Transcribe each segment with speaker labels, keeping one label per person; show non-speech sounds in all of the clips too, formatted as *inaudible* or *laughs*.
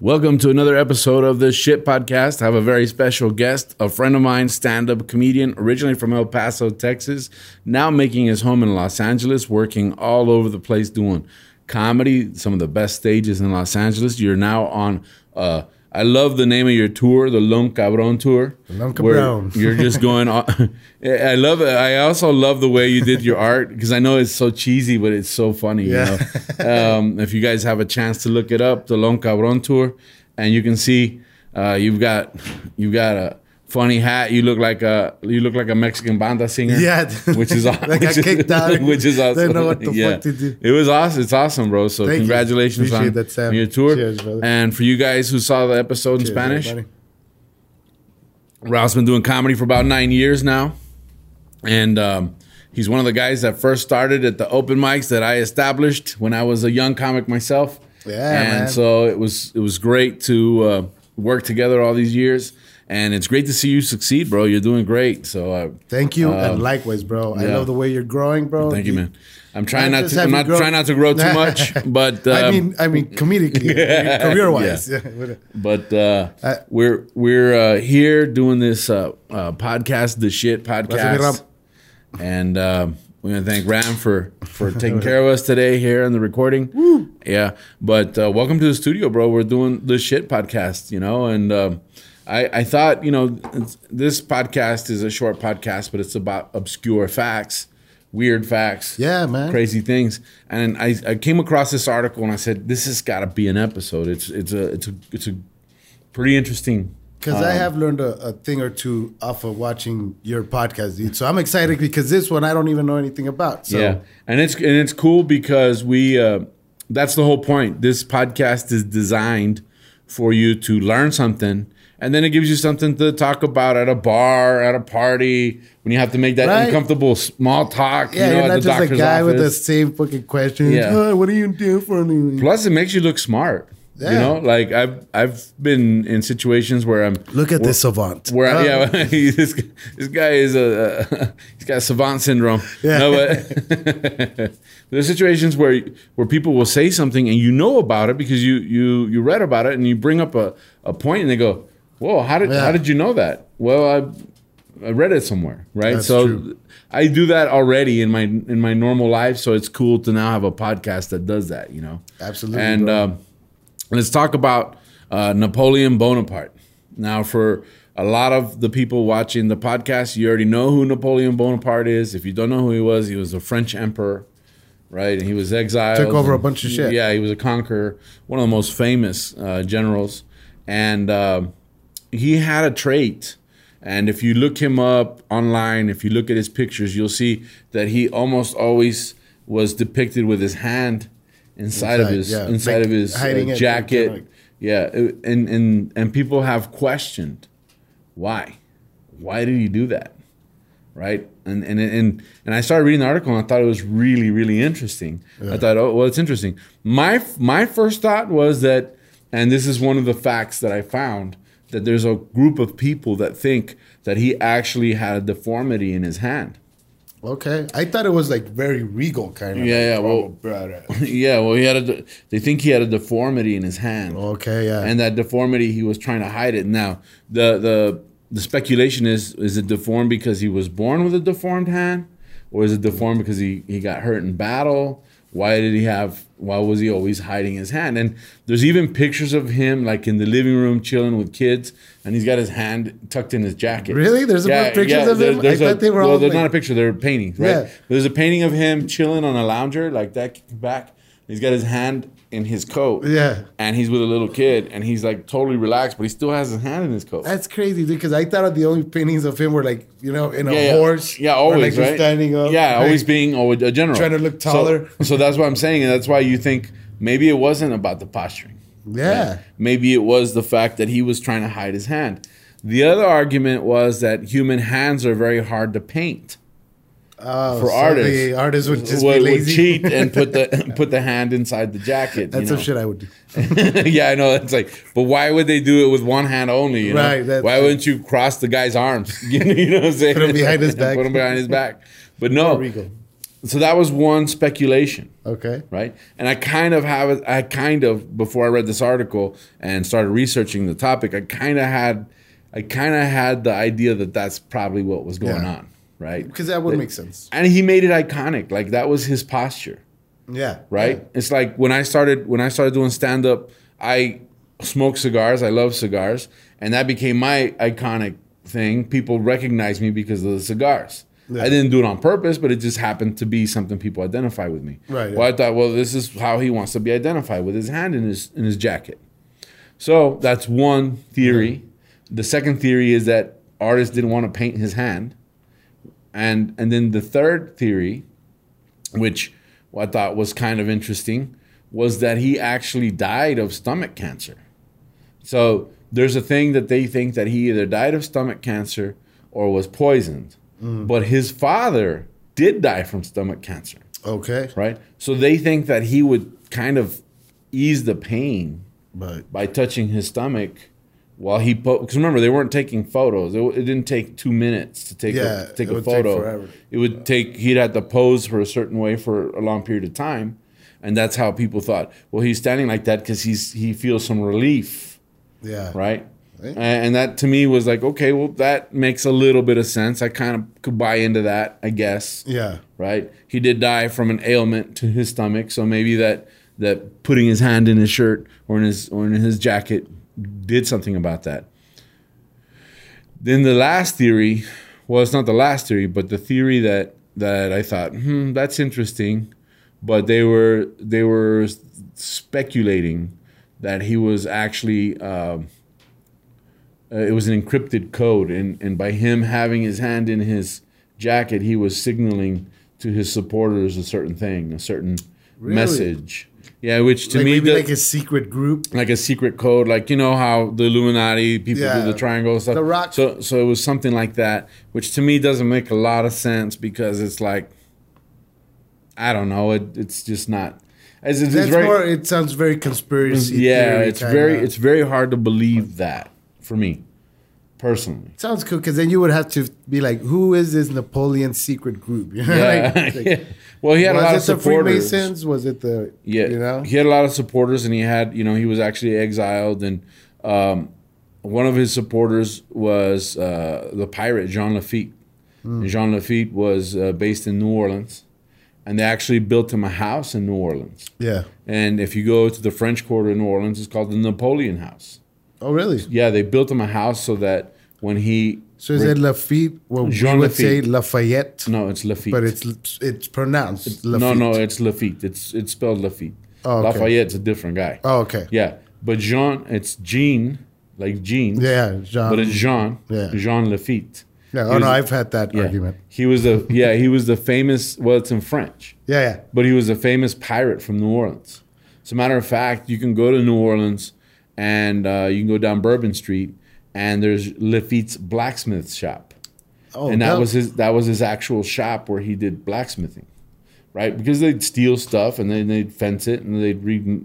Speaker 1: Welcome to another episode of the Shit Podcast. I have a very special guest, a friend of mine, stand up comedian, originally from El Paso, Texas, now making his home in Los Angeles, working all over the place doing comedy, some of the best stages in Los Angeles. You're now on, uh, I love the name of your tour, the Lon Cabron tour.
Speaker 2: Lon
Speaker 1: where
Speaker 2: Cabron.
Speaker 1: You're just going *laughs* on. I love it. I also love the way you did your art because I know it's so cheesy, but it's so funny. You know?
Speaker 2: Yeah. *laughs*
Speaker 1: um, if you guys have a chance to look it up, the Lon Cabron tour, and you can see uh, you've got you've got a funny hat. You look like a you look like a Mexican banda singer.
Speaker 2: Yeah. *laughs*
Speaker 1: which is awesome.
Speaker 2: They got kicked
Speaker 1: *laughs*
Speaker 2: out.
Speaker 1: Which is
Speaker 2: They
Speaker 1: awesome.
Speaker 2: know what the fuck to do.
Speaker 1: It was awesome. It's awesome, bro. So
Speaker 2: Thank you.
Speaker 1: congratulations
Speaker 2: Appreciate
Speaker 1: on,
Speaker 2: that, Sam.
Speaker 1: on your tour.
Speaker 2: Cheers, brother.
Speaker 1: and for you guys who saw the episode in Spanish, Ralph's been doing comedy for about nine years now, and um, he's one of the guys that first started at the open mics that I established when I was a young comic myself.
Speaker 2: Yeah,
Speaker 1: and
Speaker 2: man.
Speaker 1: so it was it was great to uh, work together all these years, and it's great to see you succeed, bro. You're doing great. So uh,
Speaker 2: Thank you, and likewise, bro. I
Speaker 1: yeah.
Speaker 2: love the way you're growing, bro.
Speaker 1: thank you, man. I'm trying not
Speaker 2: I just
Speaker 1: to.
Speaker 2: have
Speaker 1: I'm
Speaker 2: you
Speaker 1: not
Speaker 2: grow-
Speaker 1: trying not to grow
Speaker 2: *laughs*
Speaker 1: too much, but
Speaker 2: I
Speaker 1: um,
Speaker 2: mean, I mean,
Speaker 1: *laughs*
Speaker 2: comedically, career-wise. *laughs*
Speaker 1: But uh,
Speaker 2: Uh,
Speaker 1: we're we're uh, here doing this uh, uh, podcast, the shit
Speaker 2: Gracias, mi Ram.
Speaker 1: podcast, and um we want to thank Ram for for
Speaker 2: *laughs*
Speaker 1: taking care of us today here in the recording. Yeah, but uh, welcome to the studio, bro. We're doing the shit podcast, you know, and um, I I thought you know it's, this podcast is a short podcast, but it's about obscure facts, weird facts,
Speaker 2: Yeah, man.
Speaker 1: crazy things. And I, I came across this article and I said, this has got to be an episode. It's it's a it's a it's a pretty interesting.
Speaker 2: Because
Speaker 1: Um,
Speaker 2: I have learned a, a thing or two off of watching your podcast, dude. So I'm excited because this one I don't even know anything about. So
Speaker 1: Yeah, and it's and it's cool because we uh, that's the whole point. This podcast is designed for you to learn something. And then it gives you something to talk about at a bar, at a party, when you have to make that
Speaker 2: Right.
Speaker 1: uncomfortable small talk.
Speaker 2: yeah,
Speaker 1: you know,
Speaker 2: you're
Speaker 1: at
Speaker 2: not
Speaker 1: the
Speaker 2: just a
Speaker 1: doctor's
Speaker 2: guy with the
Speaker 1: office.
Speaker 2: same fucking questions.
Speaker 1: Yeah.
Speaker 2: "Oh, what do you do for a living?
Speaker 1: Plus, it makes you look smart. You
Speaker 2: Yeah.
Speaker 1: know, like I've I've been in situations where I'm
Speaker 2: Look at this savant.
Speaker 1: Where
Speaker 2: Oh,
Speaker 1: yeah, *laughs* this guy- this guy is a, a *laughs* he's got savant syndrome.
Speaker 2: Yeah.
Speaker 1: No, but *laughs* there's situations where where people will say something and you know about it because you you you read about it and you bring up a, a point and they go, "Whoa, how did how
Speaker 2: Yeah.
Speaker 1: did you know that?" Well, I I read it somewhere, right?
Speaker 2: That's
Speaker 1: so
Speaker 2: true.
Speaker 1: I do that already in my in my normal life, so it's cool to now have a podcast that does that, you know.
Speaker 2: Absolutely,
Speaker 1: And
Speaker 2: bro.
Speaker 1: um, let's talk about uh, Napoleon Bonaparte. Now, for a lot of the people watching the podcast, you already know who Napoleon Bonaparte is. If you don't know who he was, he was a French emperor, right? And he was exiled.
Speaker 2: Took over a
Speaker 1: and-
Speaker 2: bunch of shit.
Speaker 1: Yeah, he was a conqueror, one of the most famous uh, generals. And um he had a trait. And if you look him up online, if you look at his pictures, you'll see that he almost always was depicted with his hand inside, of
Speaker 2: Inside,
Speaker 1: his
Speaker 2: yeah.
Speaker 1: inside
Speaker 2: Like
Speaker 1: of his uh,
Speaker 2: hiding it,
Speaker 1: jacket.
Speaker 2: like-
Speaker 1: yeah, it- and and and people have questioned why, why did he do that, right? And and and and I started reading the article and I thought it was really really interesting. I thought, oh well, it's interesting. My my first thought was that, and this is one of the facts that I found that there's a group of people that think that he actually had a deformity in his hand. *laughs*
Speaker 2: Oh, Okay, I thought it was like very regal kind of.
Speaker 1: Yeah, yeah,
Speaker 2: like,
Speaker 1: well-
Speaker 2: oh, brother. *laughs*
Speaker 1: yeah, well, he had a. de- They think he had a deformity in his hand,
Speaker 2: Okay, yeah.
Speaker 1: and that deformity he was trying to hide it. Now, the the the speculation is: is it deformed because he was born with a deformed hand, or is it deformed because he he got hurt in battle? Why did he have? Why was he always hiding his hand? And there's even pictures of him like in the living room chilling with kids, and he's got his hand tucked in his jacket.
Speaker 2: Really? There's more pictures of him? I
Speaker 1: there's a-
Speaker 2: thought they were
Speaker 1: well,
Speaker 2: all,
Speaker 1: they're
Speaker 2: like-
Speaker 1: not a picture; they're paintings, right?
Speaker 2: Yeah.
Speaker 1: There's a painting of him chilling on a lounger like that kicking back. He's got his hand in his coat.
Speaker 2: Yeah.
Speaker 1: And he's with a little kid and he's like totally relaxed, but he still has his hand in his coat.
Speaker 2: That's crazy, dude. Because I thought the only paintings of him were like, you know, in a
Speaker 1: yeah, yeah.
Speaker 2: horse.
Speaker 1: Yeah,
Speaker 2: or,
Speaker 1: always
Speaker 2: like you're
Speaker 1: right?
Speaker 2: standing up.
Speaker 1: Yeah,
Speaker 2: like,
Speaker 1: always being always a general.
Speaker 2: Trying to look
Speaker 1: So-
Speaker 2: taller.
Speaker 1: *laughs* So, that's what I'm saying, and that's why you think maybe it wasn't about the posturing.
Speaker 2: Yeah.
Speaker 1: Maybe it was the fact that he was trying to hide his hand. The other argument was that human hands are very hard to paint.
Speaker 2: Oh,
Speaker 1: For
Speaker 2: so
Speaker 1: artists.
Speaker 2: the artists would just
Speaker 1: Would-
Speaker 2: be
Speaker 1: would
Speaker 2: lazy.
Speaker 1: cheat
Speaker 2: *laughs*
Speaker 1: and put the put the hand inside the jacket.
Speaker 2: That's
Speaker 1: you
Speaker 2: some shit I
Speaker 1: *laughs*
Speaker 2: would do.
Speaker 1: know? yeah, I know. It's like, but why would they do it with one hand only? you know?
Speaker 2: Right, that's-
Speaker 1: Why wouldn't you cross the guy's arms? *laughs* you know you know what I'm saying?
Speaker 2: Put him
Speaker 1: *laughs*
Speaker 2: behind his back.
Speaker 1: Put him
Speaker 2: *laughs*
Speaker 1: behind his back. But no.
Speaker 2: Regal.
Speaker 1: So that was one speculation
Speaker 2: Okay.
Speaker 1: right? And I kind of have, I kind of before I read this article and started researching the topic, I kind of had, I kind of had the idea that that's probably what was going
Speaker 2: Yeah.
Speaker 1: on, right?
Speaker 2: Because that would make sense.
Speaker 1: And he made it iconic, like that was his posture,
Speaker 2: Yeah.
Speaker 1: right? It's like when I started, when I started doing stand up, I smoked cigars, I love cigars, and that became my iconic thing. People recognize me because of the cigars.
Speaker 2: Yeah.
Speaker 1: I didn't do it on purpose, but it just happened to be something people identify with me.
Speaker 2: Right, yeah.
Speaker 1: Well, I thought, well, this is how he wants to be identified with his hand in his in his jacket. So that's one theory. The second theory is that artists didn't want to paint his hand, and and then the third theory, which I thought was kind of interesting, was that he actually died of stomach cancer. So there's a thing that they think that he either died of stomach cancer or was poisoned,
Speaker 2: Mm.
Speaker 1: but his father did die from stomach cancer
Speaker 2: Okay.
Speaker 1: right? So they think that he would kind of ease the pain
Speaker 2: But
Speaker 1: by touching his stomach while he because remember they weren't taking photos. It, w- it didn't take two minutes to take
Speaker 2: Yeah,
Speaker 1: a, take
Speaker 2: it
Speaker 1: a
Speaker 2: would take
Speaker 1: photo.
Speaker 2: forever.
Speaker 1: it would take he'd have to pose for a certain way for a long period of time, and that's how people thought. Well, he's standing like that because he's he feels some relief,
Speaker 2: yeah.
Speaker 1: right?
Speaker 2: Right.
Speaker 1: And and that to me was like, okay, well, that makes a little bit of sense. I kind of could buy into that, I guess
Speaker 2: Yeah.
Speaker 1: right? He did die from an ailment to his stomach, so maybe that that putting his hand in his shirt or in his or in his jacket did something about that. Then the last theory, well, it's not the last theory, but the theory that that I thought, hmm, that's interesting, but they were they were speculating that he was actually. Um, uh, it was an encrypted code and, and by him having his hand in his jacket he was signaling to his supporters a certain thing a certain
Speaker 2: Really?
Speaker 1: message yeah which to
Speaker 2: like
Speaker 1: me
Speaker 2: maybe
Speaker 1: the-
Speaker 2: like a secret group.
Speaker 1: secret code like you know how the illuminati people
Speaker 2: Yeah.
Speaker 1: do the triangle stuff
Speaker 2: The rock-
Speaker 1: so so it was something like that which to me doesn't make a lot of sense because it's like i don't know it, it's just not as it is
Speaker 2: That's
Speaker 1: very
Speaker 2: more. It sounds very conspiracy.
Speaker 1: yeah
Speaker 2: theory
Speaker 1: it's
Speaker 2: kinda.
Speaker 1: very it's very hard to believe that for me personally
Speaker 2: *laughs* sounds cool because then you would have to be like, who is this Napoleon secret group? *laughs* You know,
Speaker 1: Yeah. *laughs*
Speaker 2: like, like,
Speaker 1: Yeah. Well, he had a lot of
Speaker 2: was it the
Speaker 1: supporters.
Speaker 2: Freemasons? Was it the
Speaker 1: yeah,
Speaker 2: You know,
Speaker 1: he had a lot of supporters, and he had you know he was actually exiled, and um, one of his supporters was uh, the pirate Jean Lafitte.
Speaker 2: Hmm.
Speaker 1: And Jean Lafitte was uh, based in New Orleans, and they actually built him a house in New Orleans.
Speaker 2: yeah.
Speaker 1: And if you go to the French Quarter in New Orleans, it's called the Napoleon House.
Speaker 2: Oh, really?
Speaker 1: Yeah, they built him a house so that when he
Speaker 2: So is it Lafitte? Well,
Speaker 1: Jean
Speaker 2: we would say
Speaker 1: Lafitte.
Speaker 2: Lafayette,
Speaker 1: no, it's Lafitte.
Speaker 2: but it's it's pronounced Lafitte.
Speaker 1: no, no, it's Lafitte. It's it's spelled Lafitte.
Speaker 2: Oh, okay.
Speaker 1: Lafayette's a different guy.
Speaker 2: Oh, okay.
Speaker 1: Yeah, but Jean, it's Jean, like Jean.
Speaker 2: Yeah, Jean.
Speaker 1: But it's Jean.
Speaker 2: Yeah.
Speaker 1: Jean Lafitte.
Speaker 2: yeah.
Speaker 1: he
Speaker 2: Oh no,
Speaker 1: was-
Speaker 2: I've had that
Speaker 1: Yeah.
Speaker 2: argument.
Speaker 1: He was the yeah he was the famous well it's in French
Speaker 2: Yeah, yeah.
Speaker 1: but he was a famous pirate from New Orleans. As a matter of fact, you can go to New Orleans and uh, you can go down Bourbon Street and there's Lafitte's blacksmith shop
Speaker 2: Oh,
Speaker 1: and that
Speaker 2: no.
Speaker 1: was his that was his actual shop where he did blacksmithing, right? Because they'd steal stuff and then they'd fence it and they'd re-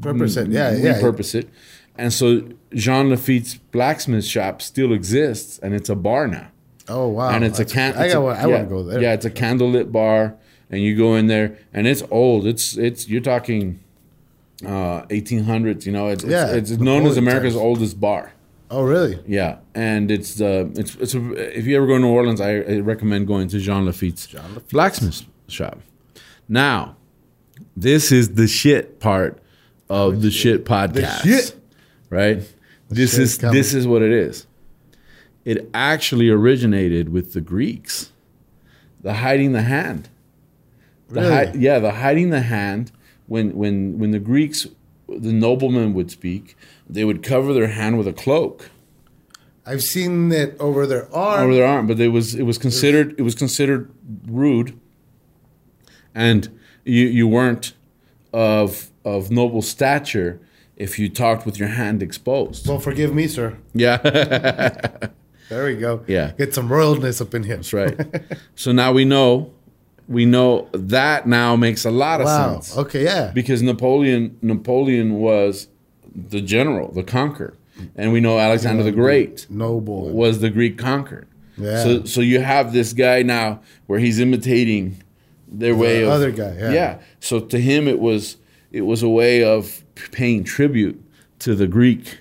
Speaker 2: Purpose it, yeah, yeah.
Speaker 1: repurpose it, and so Jean Lafitte's blacksmith shop still exists and it's a bar now,
Speaker 2: Oh wow.
Speaker 1: and it's a
Speaker 2: That's-
Speaker 1: can.
Speaker 2: I
Speaker 1: it's a-
Speaker 2: got. one- I
Speaker 1: yeah,
Speaker 2: want to go there.
Speaker 1: Yeah, it's a candlelit bar, and you go in there and it's old. It's it's you're talking. Uh, 1800s, you know, it's it's,
Speaker 2: Yeah,
Speaker 1: it's known as
Speaker 2: Napoleon
Speaker 1: America's
Speaker 2: times.
Speaker 1: oldest bar.
Speaker 2: Oh really?
Speaker 1: Yeah, and it's the it's it's a, if you ever go to New Orleans, I, I recommend going to Jean Lafitte's
Speaker 2: Lafitte's.
Speaker 1: blacksmith shop. Now, this is the shit part of the shit podcast,
Speaker 2: shit.
Speaker 1: right? this
Speaker 2: shit's
Speaker 1: is this is what it is. It actually originated with the Greeks, the hiding the hand. The hi-
Speaker 2: Really?
Speaker 1: yeah, the hiding the hand. When when when the Greeks, the noblemen would speak, they would cover their hand with a cloak.
Speaker 2: I've seen it over their arm.
Speaker 1: over their arm, but it was it was considered it was considered rude, and you you weren't of of noble stature if you talked with your hand exposed.
Speaker 2: Well, forgive me, sir.
Speaker 1: Yeah.
Speaker 2: There we go.
Speaker 1: Yeah.
Speaker 2: Get some royalness up in here.
Speaker 1: That's right. so now we know, we know that now makes a lot of
Speaker 2: Wow.
Speaker 1: sense
Speaker 2: Okay. Yeah.
Speaker 1: because Napoleon Napoleon was the general, the conqueror, and we know Alexander the Great
Speaker 2: Noble.
Speaker 1: was the Greek conquered.
Speaker 2: Yeah.
Speaker 1: So so you have this guy now where he's imitating their way of
Speaker 2: other guy, yeah.
Speaker 1: So to him it was it was a way of paying tribute to the Greek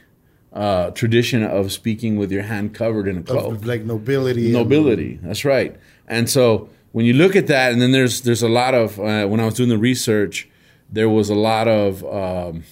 Speaker 1: uh, tradition of speaking with your hand covered in a cloak
Speaker 2: Of, like nobility. and-
Speaker 1: nobility. That's right. And so when you look at that, and then there's there's a lot of uh, when I was doing the research, there was a lot of um,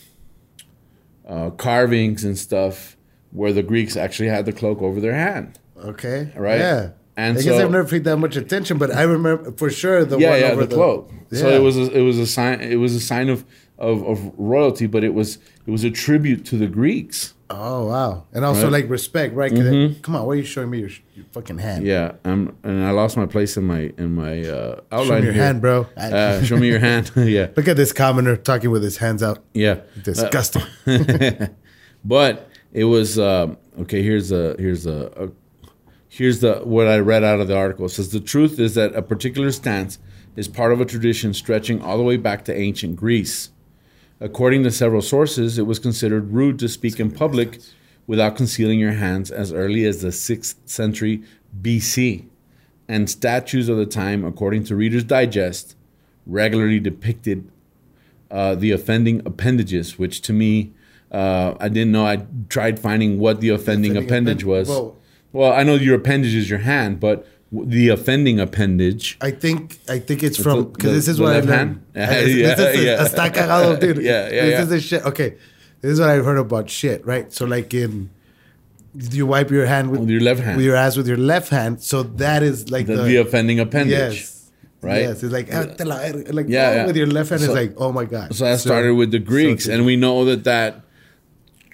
Speaker 1: uh, carvings and stuff where the Greeks actually had the cloak over their hand.
Speaker 2: okay.
Speaker 1: Right?
Speaker 2: Yeah.
Speaker 1: And
Speaker 2: I
Speaker 1: so-
Speaker 2: guess I've never paid that much attention, but I remember for sure the
Speaker 1: Yeah,
Speaker 2: one
Speaker 1: yeah,
Speaker 2: over
Speaker 1: the, cloak. So
Speaker 2: Yeah.
Speaker 1: it was a, it was a sign it was a sign of, of of royalty, but it was it was a tribute to the Greeks.
Speaker 2: Oh wow! And also like respect, right? 'Cause they- come on, why are you showing me your, sh- your fucking hand?
Speaker 1: Mm-hmm. Yeah, um, and I lost my place in my in my uh,
Speaker 2: Show
Speaker 1: outline.
Speaker 2: me your
Speaker 1: here.
Speaker 2: hand, bro. I-
Speaker 1: Uh, show me your hand. *laughs* yeah,
Speaker 2: *laughs* Look at this commoner talking with his hands out.
Speaker 1: yeah. Uh,
Speaker 2: Disgusting.
Speaker 1: *laughs* but it was um, okay. Here's a here's a, a here's the what I read out of the article. It says the truth is that a particular stance is part of a tradition stretching all the way back to ancient Greece. According to several sources, it was considered rude to speak in public without concealing your hands as early as the sixth century BC, and statues of the time, according to Reader's Digest, regularly depicted uh, the offending appendages, which to me, uh, I didn't know. I tried finding what the offending,
Speaker 2: Offending
Speaker 1: appendage
Speaker 2: appen-
Speaker 1: was.
Speaker 2: Well-
Speaker 1: well, I know your appendage is your hand, but w- the offending appendage.
Speaker 2: I think I think it's from
Speaker 1: the-
Speaker 2: because this is
Speaker 1: the
Speaker 2: what I
Speaker 1: left
Speaker 2: learned.
Speaker 1: hand?
Speaker 2: Uh, this-
Speaker 1: Yeah,
Speaker 2: this is a-
Speaker 1: yeah.
Speaker 2: a stack of hollow, dude.
Speaker 1: *laughs* Yeah, yeah,
Speaker 2: This
Speaker 1: yeah.
Speaker 2: is a shit. Okay, this is what I've heard about shit. Right, so like in you wipe your hand with,
Speaker 1: With your left hand.
Speaker 2: with your ass with your left hand. So that is like
Speaker 1: the,
Speaker 2: the,
Speaker 1: the offending appendage.
Speaker 2: yes,
Speaker 1: right?
Speaker 2: Yes, it's like "Ah, te la verga," like
Speaker 1: Yeah,
Speaker 2: oh,
Speaker 1: yeah.
Speaker 2: with your left hand.
Speaker 1: So-
Speaker 2: it's like oh my god.
Speaker 1: So that started with the Greeks,
Speaker 2: so-
Speaker 1: and we know that that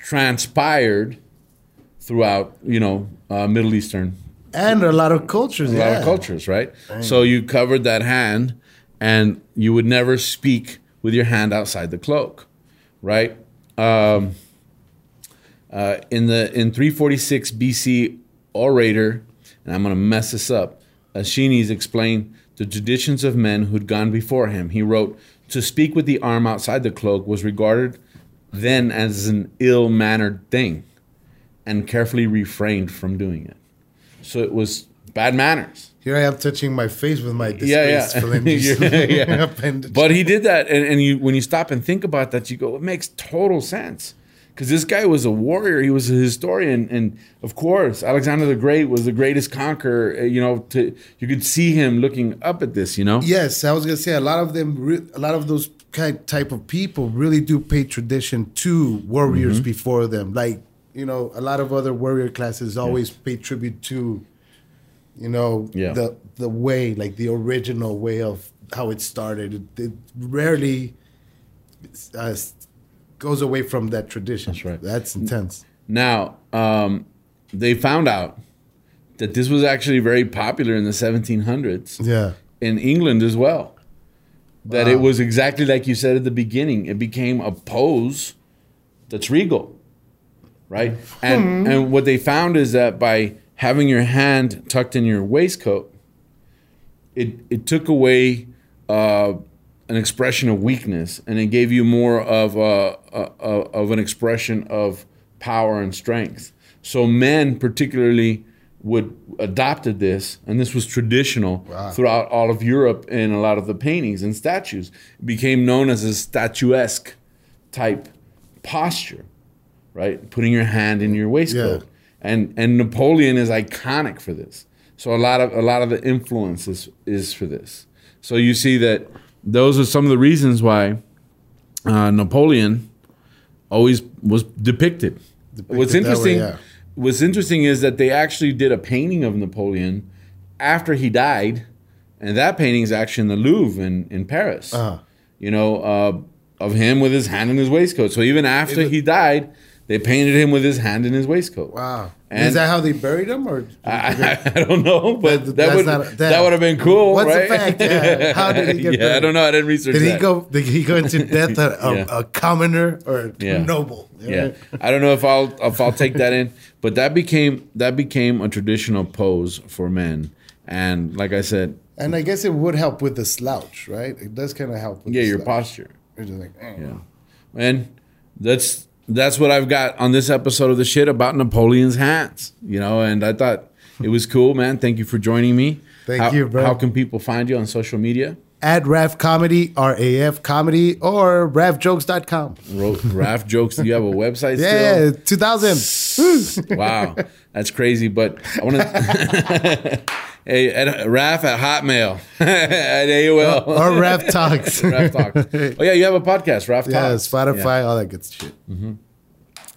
Speaker 1: transpired throughout, you know, uh, Middle Eastern
Speaker 2: and a lot of cultures.
Speaker 1: a
Speaker 2: yeah.
Speaker 1: lot of cultures, right? So you covered that hand, and you would never speak with your hand outside the cloak, right? Um, uh, in the in 346 BC, orator, and I'm going to mess this up. Aeschines explained the traditions of men who'd gone before him. He wrote, "To speak with the arm outside the cloak was regarded then as an ill-mannered thing, and carefully refrained from doing it." So it was bad manners.
Speaker 2: Here I am touching my face with my
Speaker 1: Yeah, yeah. *laughs*
Speaker 2: disgraceful yeah,
Speaker 1: Yeah,
Speaker 2: *laughs*
Speaker 1: yeah.
Speaker 2: appendage.
Speaker 1: But he did that, and, and you when you stop and think about that, you go, it makes total sense. Because this guy was a warrior, he was a historian, and of course, Alexander the Great was the greatest conqueror. uh, You know, to, you could see him looking up at this. You know,
Speaker 2: Yes, I was gonna say a lot of them, re- a lot of those kind type of people really do pay tradition to warriors
Speaker 1: Mm-hmm.
Speaker 2: before them. Like you know, a lot of other warrior classes always pay tribute to, you know,
Speaker 1: Yeah.
Speaker 2: the the way, like the original way of how it started. It, it rarely uh, goes away from that tradition. That's
Speaker 1: right. Mm.
Speaker 2: That's intense.
Speaker 1: Now, um, they found out that this was actually very popular in the 1700s.
Speaker 2: Yeah.
Speaker 1: in England as well. That it was exactly like you said at the beginning. It became a pose that's regal, right? And and what they found is that by having your hand tucked in your waistcoat, it it took away uh, an expression of weakness, and it gave you more of a, a, a of an expression of power and strength. So men particularly would adopted this, and this was traditional
Speaker 2: Wow.
Speaker 1: throughout all of Europe in a lot of the paintings and statues. It became known as a statuesque type posture, right? Putting your hand in your waistcoat.
Speaker 2: Yeah.
Speaker 1: And and Napoleon is iconic for this. So a lot of a lot of the influence is, is for this. So you see that those are some of the reasons why uh, Napoleon always was depicted. what's
Speaker 2: that way,
Speaker 1: interesting
Speaker 2: yeah.
Speaker 1: what's interesting is that they actually did a painting of Napoleon after he died, and that painting is actually in the Louvre in, in Paris
Speaker 2: Uh-huh.
Speaker 1: you know, uh, of him with his hand in his waistcoat. So even after he died, They painted him with his hand in his waistcoat.
Speaker 2: Wow.
Speaker 1: And-
Speaker 2: Is that how they buried him, or
Speaker 1: *laughs* I, I- I don't know, but that,
Speaker 2: That- that's
Speaker 1: would
Speaker 2: not-
Speaker 1: that,
Speaker 2: that-
Speaker 1: would have been cool,
Speaker 2: What's the
Speaker 1: right? *laughs*
Speaker 2: fact? Yeah. How did he get
Speaker 1: Yeah, I
Speaker 2: buried?
Speaker 1: don't know. I didn't research.
Speaker 2: did he
Speaker 1: that.
Speaker 2: go? Did he go
Speaker 1: *laughs*
Speaker 2: into death a, a,
Speaker 1: Yeah.
Speaker 2: a commoner or a
Speaker 1: Yeah.
Speaker 2: noble?
Speaker 1: Yeah, I don't know if I'll if I'll take that in, but that became that became a traditional pose for men, and like I said,
Speaker 2: And I guess it would help with the slouch, right? It does kind of help. With
Speaker 1: yeah,
Speaker 2: the
Speaker 1: your
Speaker 2: slouch.
Speaker 1: posture.
Speaker 2: You're just like, eh.
Speaker 1: Yeah, and that's that's what I've got on this episode of the shit about Napoleon's hats. You know, and I thought it was cool, man. Thank you for joining me.
Speaker 2: Thank
Speaker 1: How-
Speaker 2: you, bro.
Speaker 1: How can people find you on social media?
Speaker 2: At Raf Comedy, R A F Comedy, or RafJokes.com.
Speaker 1: Ro- Raph jokes. Do you have a website?
Speaker 2: Yeah,
Speaker 1: still? *laughs*
Speaker 2: 2000.
Speaker 1: wow, that's crazy. But I want to. *laughs* hey, at Raf at Hotmail *laughs* at AOL
Speaker 2: or Raf Talks.
Speaker 1: Raf Talks. Oh yeah, you have a podcast, Raf
Speaker 2: *laughs* Yeah,
Speaker 1: Talks.
Speaker 2: Spotify, all that good shit.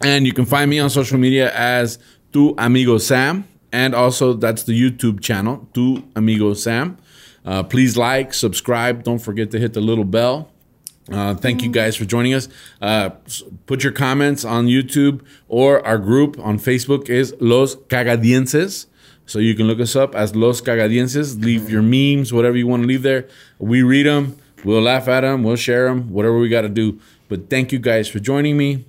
Speaker 1: And you can find me on social media as Tu Amigo Sam. And also, that's the YouTube channel, Tu Amigo Sam. Uh, please like, subscribe. Don't forget to hit the little bell. Uh, thank you guys for joining us. Uh, s- put your comments on YouTube or our group on Facebook is Los Cagadienses. So you can look us up as Los Cagadienses. Leave your memes, whatever you want to leave there. We read them, we'll laugh at them, we'll share them, whatever we got to do. But thank you guys for joining me.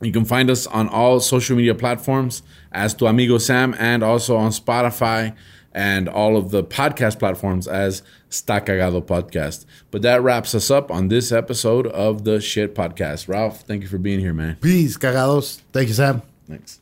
Speaker 1: You can find us on all social media platforms as Tu Amigo Sam and also on Spotify and all of the podcast platforms as Sta Cagado Podcast. But that wraps us up on this episode of the Shit Podcast. Ralph, thank you for being here, man.
Speaker 2: Peace, cagados. Thank you, Sam.
Speaker 1: Thanks.